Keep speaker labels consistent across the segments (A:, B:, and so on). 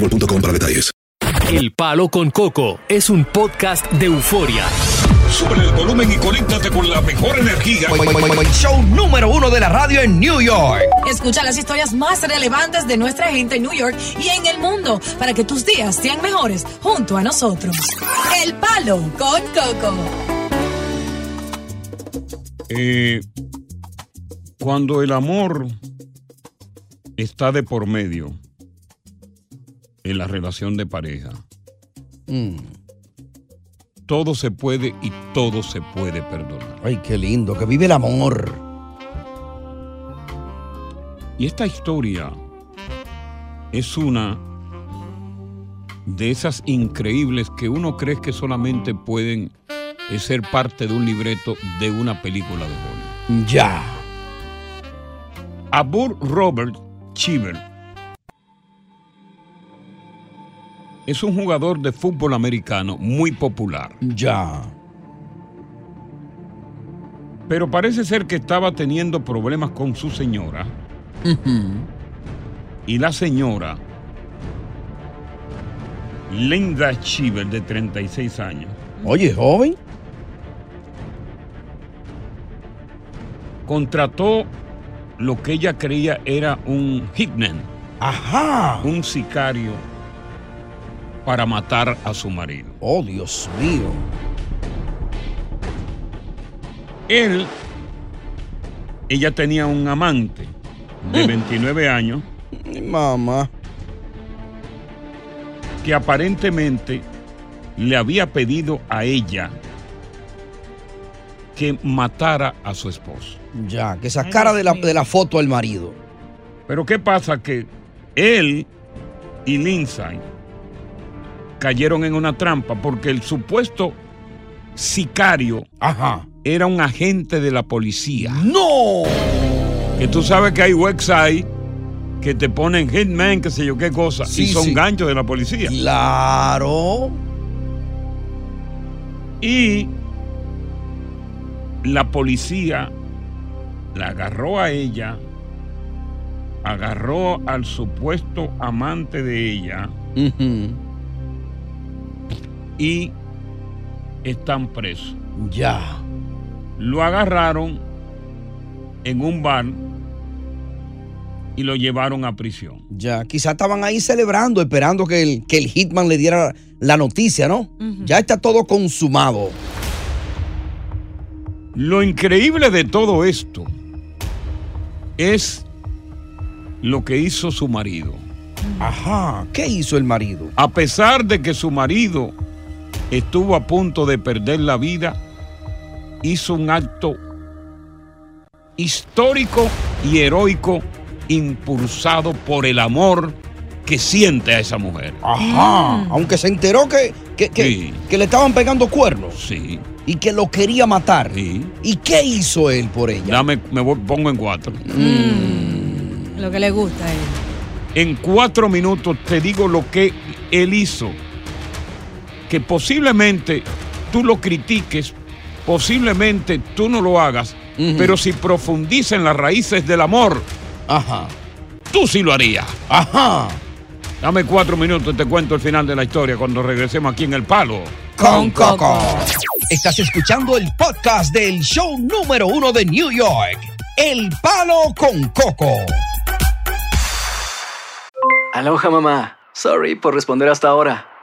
A: para detalles.
B: El Palo con Coco es un podcast de euforia.
C: Sube el volumen y conéctate con la mejor energía.
D: Show número uno de la radio en New York.
E: Escucha las historias más relevantes de nuestra gente en New York y en el mundo para que tus días sean mejores junto a nosotros. El Palo con Coco.
C: Eh, cuando el amor está de por medio en la relación de pareja, todo se puede y todo se puede perdonar.
F: Ay, qué lindo, que vive el amor.
C: Y esta historia es una de esas increíbles que uno cree que solamente pueden eh, ser parte de un libreto de una película de Hollywood.
F: Ya.
C: Abur Robert Cheever es un jugador de fútbol americano muy popular,
F: Ya.
C: pero parece ser que estaba teniendo problemas con su señora y la señora Linda Cheever de 36 años
F: Oye, joven.
C: contrató lo que ella creía era un hitman,
F: Ajá.
C: un sicario para matar a su marido.
F: Oh, Dios mío.
C: Él, ella tenía un amante
F: Mm.
C: de 29 años
F: Mi mamá.
C: que aparentemente le había pedido a ella que matara a su esposo.
F: Ya, que sacara de la, de la foto al marido.
C: Pero ¿qué pasa? Que él y Lindsay cayeron en una trampa porque el supuesto sicario
F: Ajá.
C: era un agente de la policía.
F: ¡No!
C: Que tú sabes que hay websites que te ponen hitman, qué sé yo qué cosa, y
F: Sí,
C: son
F: sí.
C: ganchos de la policía.
F: Claro.
C: Y la policía la agarró a ella, agarró al supuesto amante de ella
F: Ujú.
C: y están presos.
F: Ya.
C: Lo agarraron en un bar y lo llevaron a prisión.
F: Ya. Quizá estaban ahí celebrando, esperando que el, que el hitman le diera la noticia, ¿no? Ya está todo consumado.
C: Lo increíble de todo esto es lo que hizo su marido.
F: Ajá. ¿Qué hizo el marido?
C: A pesar de que su marido estuvo a punto de perder la vida, hizo un acto histórico y heroico impulsado por el amor que siente a esa mujer.
F: Ajá. Aunque se enteró que, que, que-
C: Sí.
F: que le estaban pegando cuernos
C: Sí,
F: y que lo quería matar.
C: sí.
F: ¿Y qué hizo él por ella?
C: Dame, me voy- pongo en cuatro.
E: Lo que le gusta a él.
C: En cuatro minutos te digo lo que él hizo. Que posiblemente tú lo critiques, posiblemente tú no lo hagas, pero si profundiza en las raíces del amor, Ajá. tú sí lo harías. Ajá. Dame cuatro minutos, te cuento el final de la historia cuando regresemos aquí en El Palo.
D: Con Coco. Estás escuchando el podcast del show número uno de New York, El Palo con Coco.
G: Aloha mamá. Sorry por responder hasta ahora.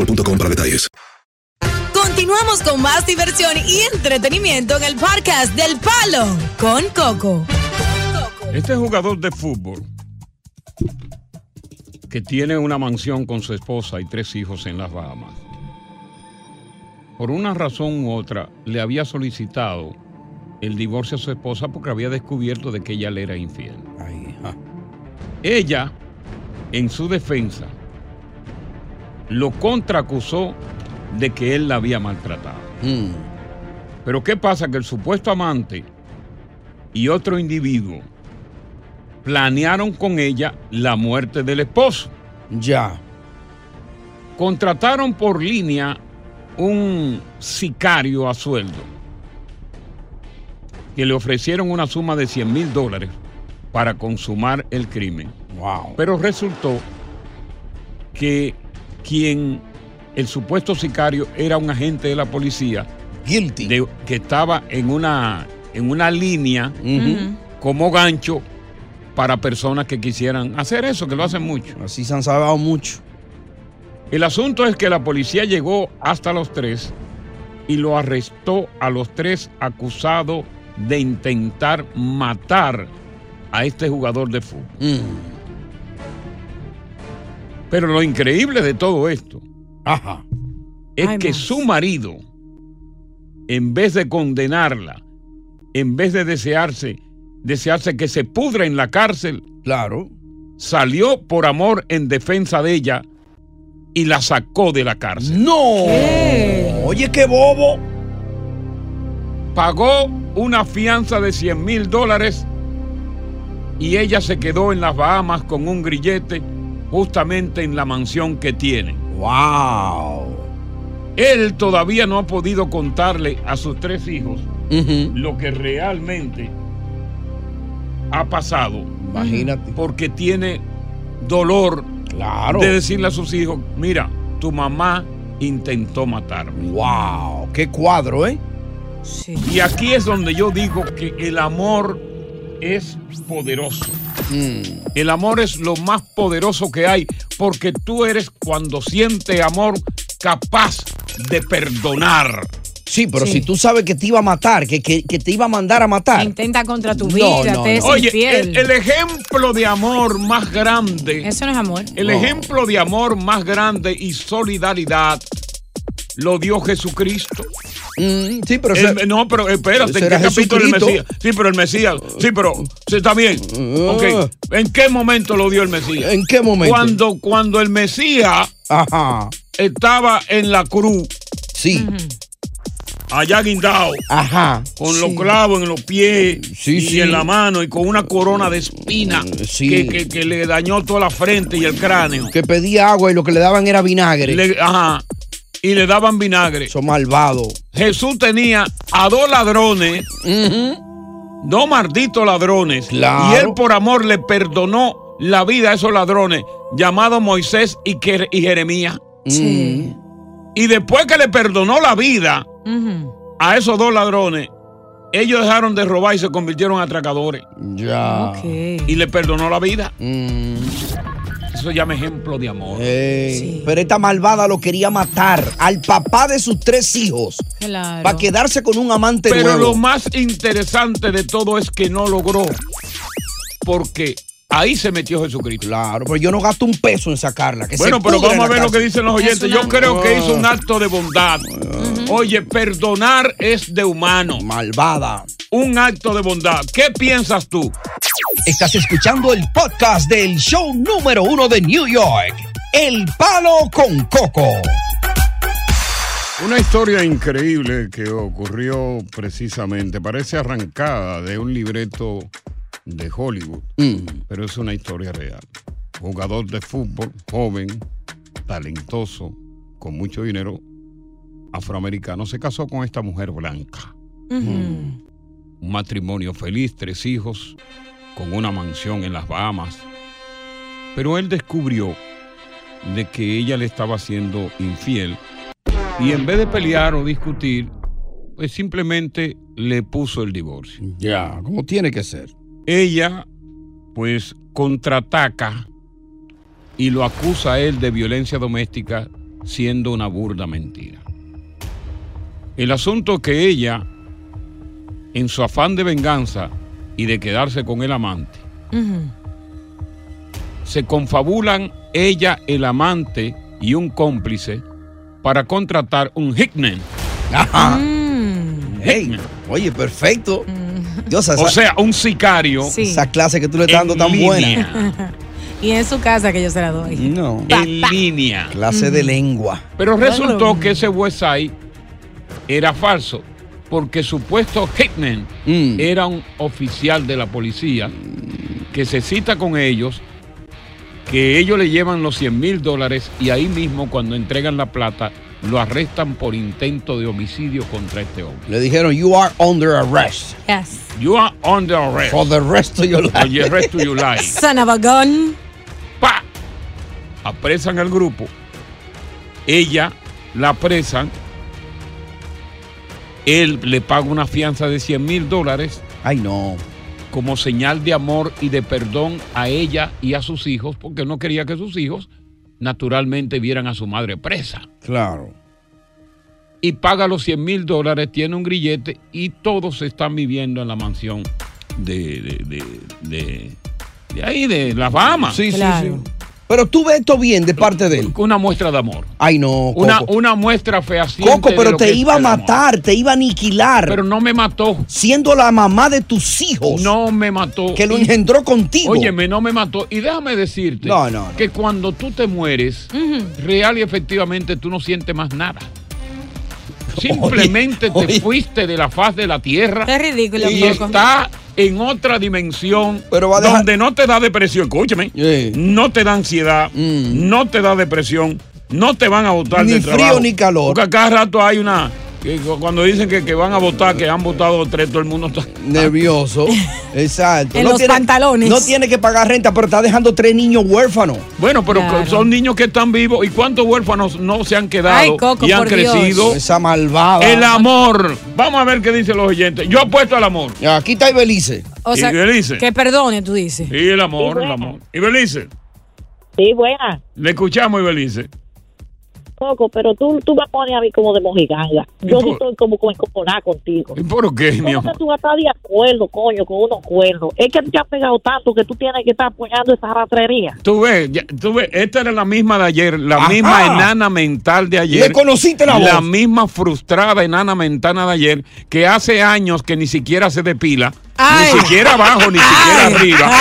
A: para detalles.
E: Continuamos con más diversión y entretenimiento en el podcast del Palo con Coco.
C: Este jugador de fútbol que tiene una mansión con su esposa y tres hijos en las Bahamas, por una razón u otra le había solicitado el divorcio a su esposa porque había descubierto de que ella le era infiel. Ella, en su defensa, lo contraacusó de que él la había maltratado. Pero ¿qué pasa? Que el supuesto amante y otro individuo planearon con ella la muerte del esposo. Ya. Contrataron por línea un sicario a sueldo que le ofrecieron una suma de 100 mil dólares para consumar el crimen. Pero resultó que quien, el supuesto sicario, era un agente de la policía. Guilty. que estaba en una, en una línea como gancho para personas que quisieran hacer eso, que lo hacen mucho. Así se han salvado mucho. El asunto es que la policía llegó hasta los tres y lo arrestó a los tres acusados de intentar matar a este jugador de fútbol. Pero lo increíble de todo esto es que su marido, en vez de condenarla, en vez de desearse, desearse que se pudra en la cárcel, claro, salió por amor en defensa de ella y la sacó de la cárcel. ¡No! Oye, qué bobo. Pagó una fianza de 100 mil dólares y ella se quedó en las Bahamas con un grillete justamente en la mansión que tiene. ¡Wow! Él todavía no ha podido contarle a sus tres hijos lo que realmente ha pasado. Imagínate. Porque tiene dolor de decirle a sus hijos, mira, tu mamá intentó matarme. ¡Wow! ¡Qué cuadro, eh! Y aquí es donde yo digo que el amor es poderoso. El amor es lo más poderoso que hay, porque tú eres cuando siente amor capaz de perdonar.
F: Sí, pero si tú sabes que te iba a matar, que, que- que te iba a mandar a matar.
E: Intenta contra tu
F: No,
E: vida,
F: no,
E: te es
F: no. Oye,
E: infiel.
C: El, el ejemplo de amor más grande.
E: Eso no es amor.
C: El ejemplo de amor más grande y solidaridad lo dio Jesucristo. sí, pero
F: ese-
C: no, pero espérate,
F: ese
C: ¿en qué
F: era
C: capítulo el
F: Jesucristo.
C: Mesías? Sí, pero el Mesías, sí, pero sí, está bien. Ok, ¿En qué momento lo dio el Mesías? ¿En qué
F: Ah. momento?
C: Cuando, cuando el Mesías estaba en la cruz. Sí. allá guindado.
F: Ah, Ajá.
C: Con los clavos en los pies y en la mano y con una corona de espina que, que- que le dañó toda la frente y el cráneo.
F: Que pedía agua y lo que le daban era vinagre.
C: Le- ajá. Y le daban vinagre.
F: Son malvados.
C: Jesús tenía a dos ladrones, dos malditos ladrones.
F: Claro.
C: Y él por amor le perdonó la vida a esos ladrones, llamados Moisés y, Quer- y Jeremías.
F: Mm. Sí.
C: Y después que le perdonó la vida a esos dos ladrones, ellos dejaron de robar y se convirtieron en atracadores.
F: Ya.
C: Y le perdonó la vida.
F: Mm.
C: Eso llama ejemplo de amor.
F: Ey, Pero esta malvada lo quería matar al papá de sus tres hijos
E: Claro.
F: para quedarse con un amante
C: Pero
F: nuevo.
C: lo más interesante de todo es que no logró. Porque ahí se metió Jesucristo.
F: Claro, pero yo no gasto un peso en sacarla. que se
C: bueno, pero
F: pudra
C: vamos a
F: en la
C: ver lo
F: casa.
C: que dicen los oyentes. Yo creo que hizo un acto de bondad. Oye, perdonar es de humano.
F: Malvada.
C: Un acto de bondad. ¿Qué piensas tú?
D: Estás escuchando el podcast del show número uno de New York, El Palo con Coco.
C: Una historia increíble que ocurrió precisamente, parece arrancada de un libreto de Hollywood, pero es una historia real. Jugador de fútbol, joven, talentoso, con mucho dinero, afroamericano, se casó con esta mujer blanca.
E: Mm.
C: Un matrimonio feliz, tres hijos, con una mansión en las Bahamas. Pero él descubrió de que ella le estaba siendo infiel y en vez de pelear o discutir, pues simplemente le puso el divorcio.
F: Ya, como tiene que ser.
C: Ella, pues, contraataca y lo acusa a él de violencia doméstica siendo una burda mentira. El asunto es que ella, en su afán de venganza y de quedarse con el amante, se confabulan ella, el amante y un cómplice para contratar un hitman.
F: Ajá. Oye, perfecto. Dios,
C: o sea, un sicario.
E: Sí.
F: esa clase que tú le estás dando
C: en
F: tan buena.
C: línea.
E: y en su casa que yo se la doy.
F: No.
C: En línea.
F: Clase de lengua.
C: Pero
E: Bueno.
C: resultó que ese website era falso, porque supuesto Hitman
F: Mm.
C: era un oficial de la policía que se cita con ellos, que ellos le llevan los 100 mil dólares y ahí mismo cuando entregan la plata lo arrestan por intento de homicidio contra este hombre.
F: Le dijeron, you are under arrest.
E: Yes.
C: You are under arrest.
F: For the rest of your
C: For
F: life.
C: the rest of your life.
E: Son of a gun.
C: apresan al grupo. Ella la apresan. Él le paga una fianza de 100 mil dólares.
F: Ay, no.
C: Como señal de amor y de perdón a ella y a sus hijos, porque no quería que sus hijos naturalmente vieran a su madre presa.
F: Claro.
C: Y paga los 100 mil dólares, tiene un grillete y todos están viviendo en la mansión de, de, de- de- de ahí, de Las Bahamas.
F: Sí, sí, sí. Pero tú ves esto bien de parte de él.
C: Una muestra de amor.
F: Ay, no. Coco.
C: Una, una muestra fehaciente.
F: Coco,
C: de
F: pero
C: lo
F: te
C: que es
F: iba a
C: el amor.
F: matar, te iba a aniquilar.
C: Pero no me mató.
F: Siendo la mamá de tus hijos.
C: No me mató.
F: Que lo
C: Y-
F: engendró contigo.
C: Óyeme, no me mató. Y déjame decirte
F: No, no, no.
C: que cuando tú te mueres, real y efectivamente tú no sientes más nada. Simplemente te fuiste de la faz de la tierra.
E: Qué ridículo,
C: Y
E: Coco.
C: está en otra dimensión
F: Pero va a dejar-
C: donde no te da depresión. Escúchame, no te da ansiedad, no te da depresión, no te van a votar
F: Mm. Ni
C: del
F: frío
C: trabajo.
F: ni calor.
C: Porque a cada rato hay una. que Cuando dicen que, que van a votar, que han votado tres, todo el mundo está.
F: Nervioso. Exacto.
E: En los pantalones.
F: No tiene que pagar renta, pero está dejando tres niños huérfanos.
C: Bueno, pero
E: Claro.
C: son niños que están vivos. ¿Y cuántos huérfanos no se han quedado
E: Ay, Coco,
C: y han
E: por Dios.
C: crecido?
F: Esa malvada.
C: El amor. Vamos a ver qué dicen los oyentes. Yo apuesto al amor.
F: Aquí está Ibelice.
E: O sea,
C: ¿Y qué dice?
E: que perdone, tú dices.
C: Y el amor, el amor. ¿Y Belice?
H: Sí, buena,
C: Le escuchamos, Ibelice.
H: Coco, pero tú, tú me pones a mí como de mojiganga. Yo
C: ¿Y por-
H: sí estoy como con encojonada contigo.
C: ¿Y por qué, mi
H: ¿Cómo que
C: amor?
H: tú vas a estar de acuerdo, coño, con unos cuernos? Es que te has pegado tanto que tú tienes que estar apoyando esa ratrería.
C: Tú ves, ya- tú ves, esta era la misma de ayer, la misma enana mental de ayer.
F: Le conociste la
C: La
F: voz.
C: misma frustrada enana mentana de ayer, que hace años que ni siquiera se depila,
E: Ay.
C: ni siquiera abajo, ni siquiera arriba.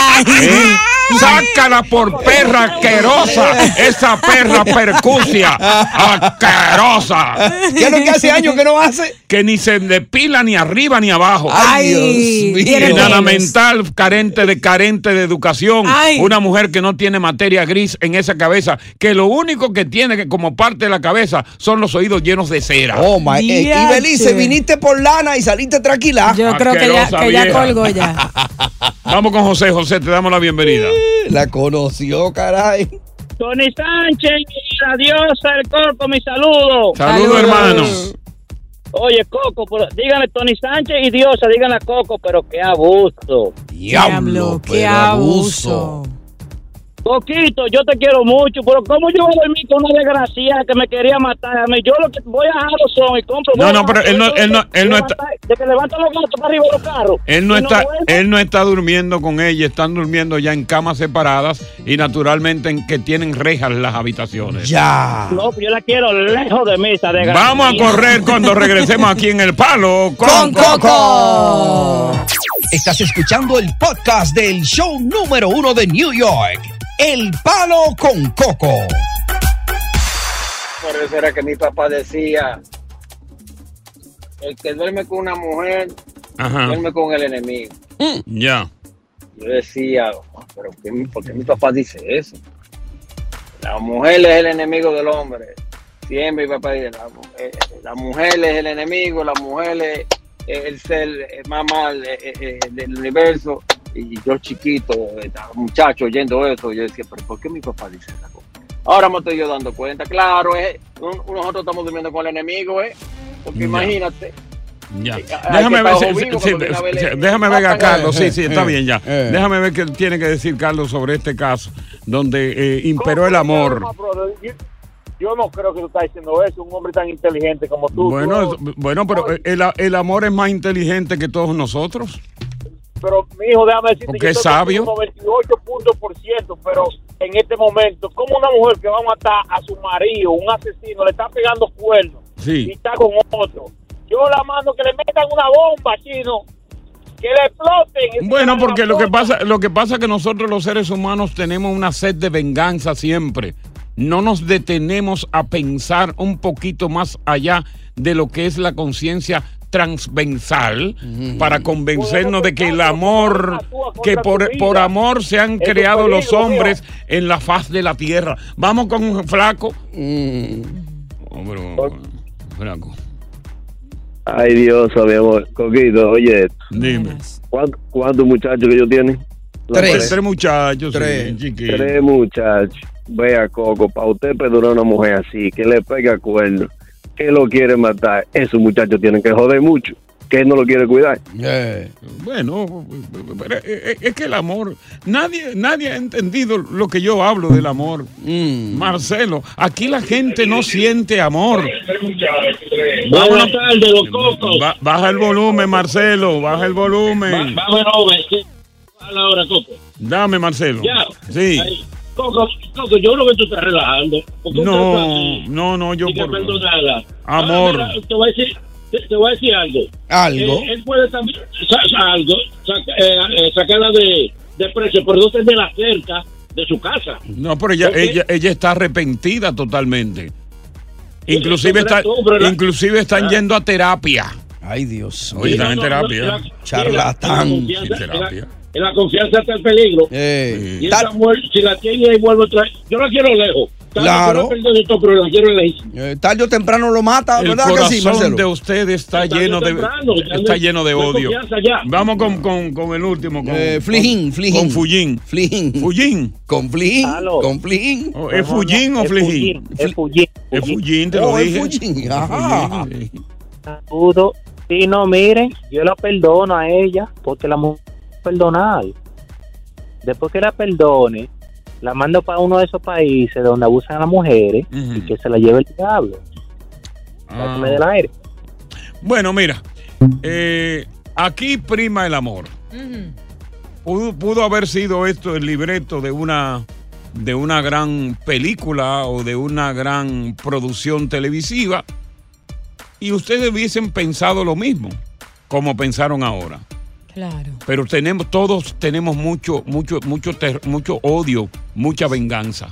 C: ¿eh? ¡Sácala por perra asquerosa! ¡Esa perra percucia! ¡Asquerosa!
F: ¿Qué es lo que hace años que no hace?
C: Que ni se depila ni arriba ni abajo.
F: Ay, Dios mío.
C: Y nada mental, carente de carente de educación.
F: Ay.
C: Una mujer que no tiene materia gris en esa cabeza, que lo único que tiene que como parte de la cabeza son los oídos llenos de cera.
F: Oh, my. eh, y Belice, viniste por lana y saliste tranquila.
C: Yo creo que ya- Asquerosa que ya vieja. colgó ya. Vamos con José, José, te damos la bienvenida.
F: La conoció, caray.
I: Tony Sánchez y la diosa del Coco, mi saludo.
C: Saludos, hermanos.
I: Oye, Coco, pero díganle Tony Sánchez y diosa, díganle a Coco, pero qué abuso.
F: Diablo,
I: qué abuso. Coquito, yo te quiero mucho, pero ¿cómo yo voy a dormir con una desgraciada que me quería matar? A mí, yo lo que voy a Amazon y compro...
C: No, no, pero él no- él no- él no está-
I: De que levanta los gatos para arriba de los carros.
C: Él no,
I: Y
C: está,
I: vuelve.
C: él no está durmiendo con ella, están durmiendo ya en camas separadas y naturalmente en que tienen rejas las habitaciones.
F: Ya.
I: No, yo la quiero lejos de mí, esa desgraciada.
C: Vamos a correr cuando regresemos aquí en el palo con,
D: Coco. Estás escuchando el podcast del show número uno de New York, El Palo con Coco.
J: Por eso era que mi papá decía, el que duerme con una mujer,
C: Ajá.
J: duerme con el enemigo.
C: Ya.
J: Yo decía, "Ah, pero qué mi- ¿por qué mi papá dice eso? La mujer es el enemigo del hombre. Siempre mi papá dice, la, mu- eh, la mujer es el enemigo, la mujer es es el ser eh, más mal eh, eh, eh, del universo. Y yo chiquito, eh, estaba muchacho, oyendo eso, yo decía, pero ¿por qué mi papá dice esa cosa? Ahora me estoy yo dando cuenta, claro, eh, un- nosotros estamos durmiendo con el enemigo, ¿eh? Porque
C: Ya.
J: imagínate,
C: Ya.
J: hay
C: Déjame
J: que
C: ver,
J: estar
C: sí,
J: ojo
C: sí,
J: vivo
C: sí,
J: cuando una vez
C: sí,
J: le-
C: déjame ver a
J: matan a-
C: Carlos, sí, sí, está
J: Eh,
C: bien ya.
J: eh.
C: Déjame ver qué tiene que decir Carlos sobre este caso, donde eh, imperó el amor.
K: No, brother, Yo, yo no creo que tú estás diciendo eso, un hombre tan inteligente como tú.
C: Bueno,
K: Tú-
C: es- bueno, pero eh, el, el amor es más inteligente que todos nosotros.
K: pero mi hijo, déjame decirte
C: Porque
K: yo
C: es
K: estoy
C: sabio.
K: con un 98%, pero en este momento, como una mujer que va a matar a su marido, un asesino, le está pegando cuernos
C: Sí.
K: y está con otro. Yo la mando que le metan una bomba, chino, que le exploten.
C: Bueno, porque lo que pasa, lo que pasa es que nosotros los seres humanos tenemos una sed de venganza siempre. No nos detenemos a pensar un poquito más allá de lo que es la conciencia transversal para convencernos de que el amor, que por, por amor se han
K: Es un
C: creado los
K: peligro,
C: hombres en la faz de la tierra. Vamos con un flaco. Mm. Hombre, flaco.
L: Ay, Dios, mi amor. Coquito, oye.
C: Dime.
L: ¿Cuántos muchachos que yo tiene? La
C: Tres, tres muchachos. Tres.
L: Tres muchachos. Vea, Coco, para usted perdonar a una mujer así, que le pega cuerno, que lo quiere matar, esos muchachos tienen que joder mucho, que no lo quiere cuidar.
C: Bueno, pero, eh, eh, es que el amor, nadie, nadie ha entendido lo que yo hablo del amor. Marcelo, aquí la gente no siente amor.
I: Buenas tardes, los cocos.
C: Ba- baja el volumen, Marcelo, baja el volumen.
I: Va- va a ver, hombre, sí. A la hora, Coco.
C: Dame, Marcelo.
I: Ya.
C: Sí.
I: Ay, Coco, Coco, yo creo que tú estás relajando. Porque
C: No,
I: usted está así,
C: no, no, yo
I: sin que
C: por-
I: perdonarla.
C: Amor.
I: Ah, mira, te voy a decir, te, te voy a decir algo.
C: Algo.
I: Eh, él puede también sa- sa- algo, saca- eh, eh, sacarla de, de precio, pero no tenerla cerca de su casa.
C: No, pero ella,
I: Ok.
C: ella, ella está arrepentida totalmente.
I: Sí,
C: Inclusive,
I: sí,
C: está,
I: tú, pero la-
C: inclusive están
I: Ah.
C: yendo a terapia.
F: Ay, Dios.
C: Oye, están en terapia.
I: Charlatán.
C: En terapia.
I: En la confianza está el peligro. Y esa mujer, si la tiene y vuelve otra vez, yo la quiero lejos. Tal vez
F: Claro.
I: yo la perdono y todo, pero la quiero lejos.
F: Eh, tarde o temprano lo mata,
C: El
F: ¿verdad
C: corazón
F: que sí, Marcelo?
C: de usted está
F: Está
C: lleno de
F: temprano, ya
C: está
F: no-
C: lleno de
F: no hay
C: odio.
F: confianza
C: Vamos con, con, con el último. Con,
F: Eh, Flijín,
C: con-
F: Flijín.
C: Con Fullín.
F: Flijín.
C: Fullín.
F: Con Flijín. Con Flijín.
C: Oh, ¿Es Fullín o Flijín?
I: Es Fullín.
C: Es Fullín, te lo
I: Oh, es
C: dije.
F: Fullín,
I: ajá. Saludo. Si no, miren, yo la perdono a ella porque la mujer es perdonar. Después que la perdone, la mando para uno de esos países donde abusan a las mujeres y que se la lleve el diablo. Para que me dé el aire.
C: Ah. Bueno, mira. eh, aquí prima el amor. Pudo, pudo haber sido esto el libreto de una de una gran película o de una gran producción televisiva y ustedes hubiesen pensado lo mismo como pensaron ahora.
E: Claro.
C: Pero tenemos, todos tenemos mucho, mucho, mucho, ter- mucho odio, mucha venganza.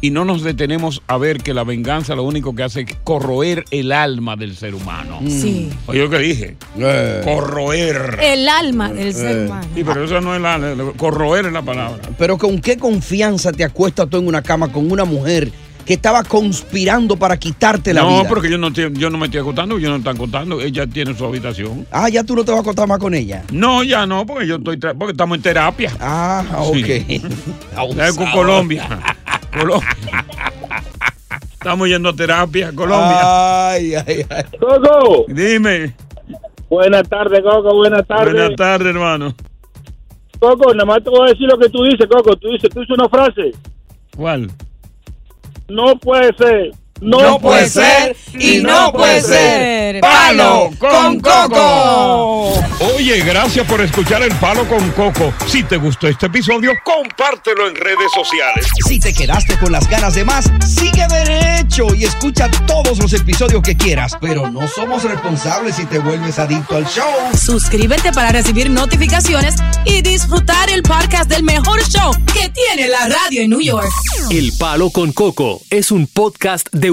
C: Y no nos detenemos a ver que la venganza lo único que hace es corroer el alma del ser humano.
E: Mm. Sí.
C: Oye, lo que dije.
F: Eh.
C: Corroer.
M: El alma del ser humano.
C: Sí, pero eso no es la, la- la- corroer es la palabra.
F: Pero ¿con qué confianza te acuestas tú en una cama con una mujer que estaba conspirando para quitarte la
C: no,
F: vida?
C: porque yo no, te- yo no me estoy acostando, yo no estoy acostando. Ella tiene su habitación.
F: Ah, ya tú no te vas a acostar más con ella.
C: No, ya no, porque yo estoy tra- porque estamos en terapia.
F: Ah,
C: ok. con Colombia. Colombia. Estamos yendo a terapia, Colombia.
F: Ay, ay, ay.
K: Coco.
C: Dime.
K: Buenas tardes, Coco, buenas tardes.
C: Buenas tardes, hermano.
K: Coco, nada más te voy a decir lo que tú dices, Coco. Tú dices, tú dices una frase.
C: ¿Cuál?
K: No puede ser. No, puede ser
M: y no puede ser.
C: ¡Palo con Coco! Oye, gracias por escuchar el Palo con Coco. Si te gustó este episodio, compártelo en redes sociales.
D: Si te quedaste con las ganas de más, sigue derecho y escucha todos los episodios que quieras. Pero no somos responsables si te vuelves adicto al show.
E: Suscríbete para recibir notificaciones y disfrutar el podcast del mejor show que tiene la radio en New York.
B: El Palo con Coco es un podcast de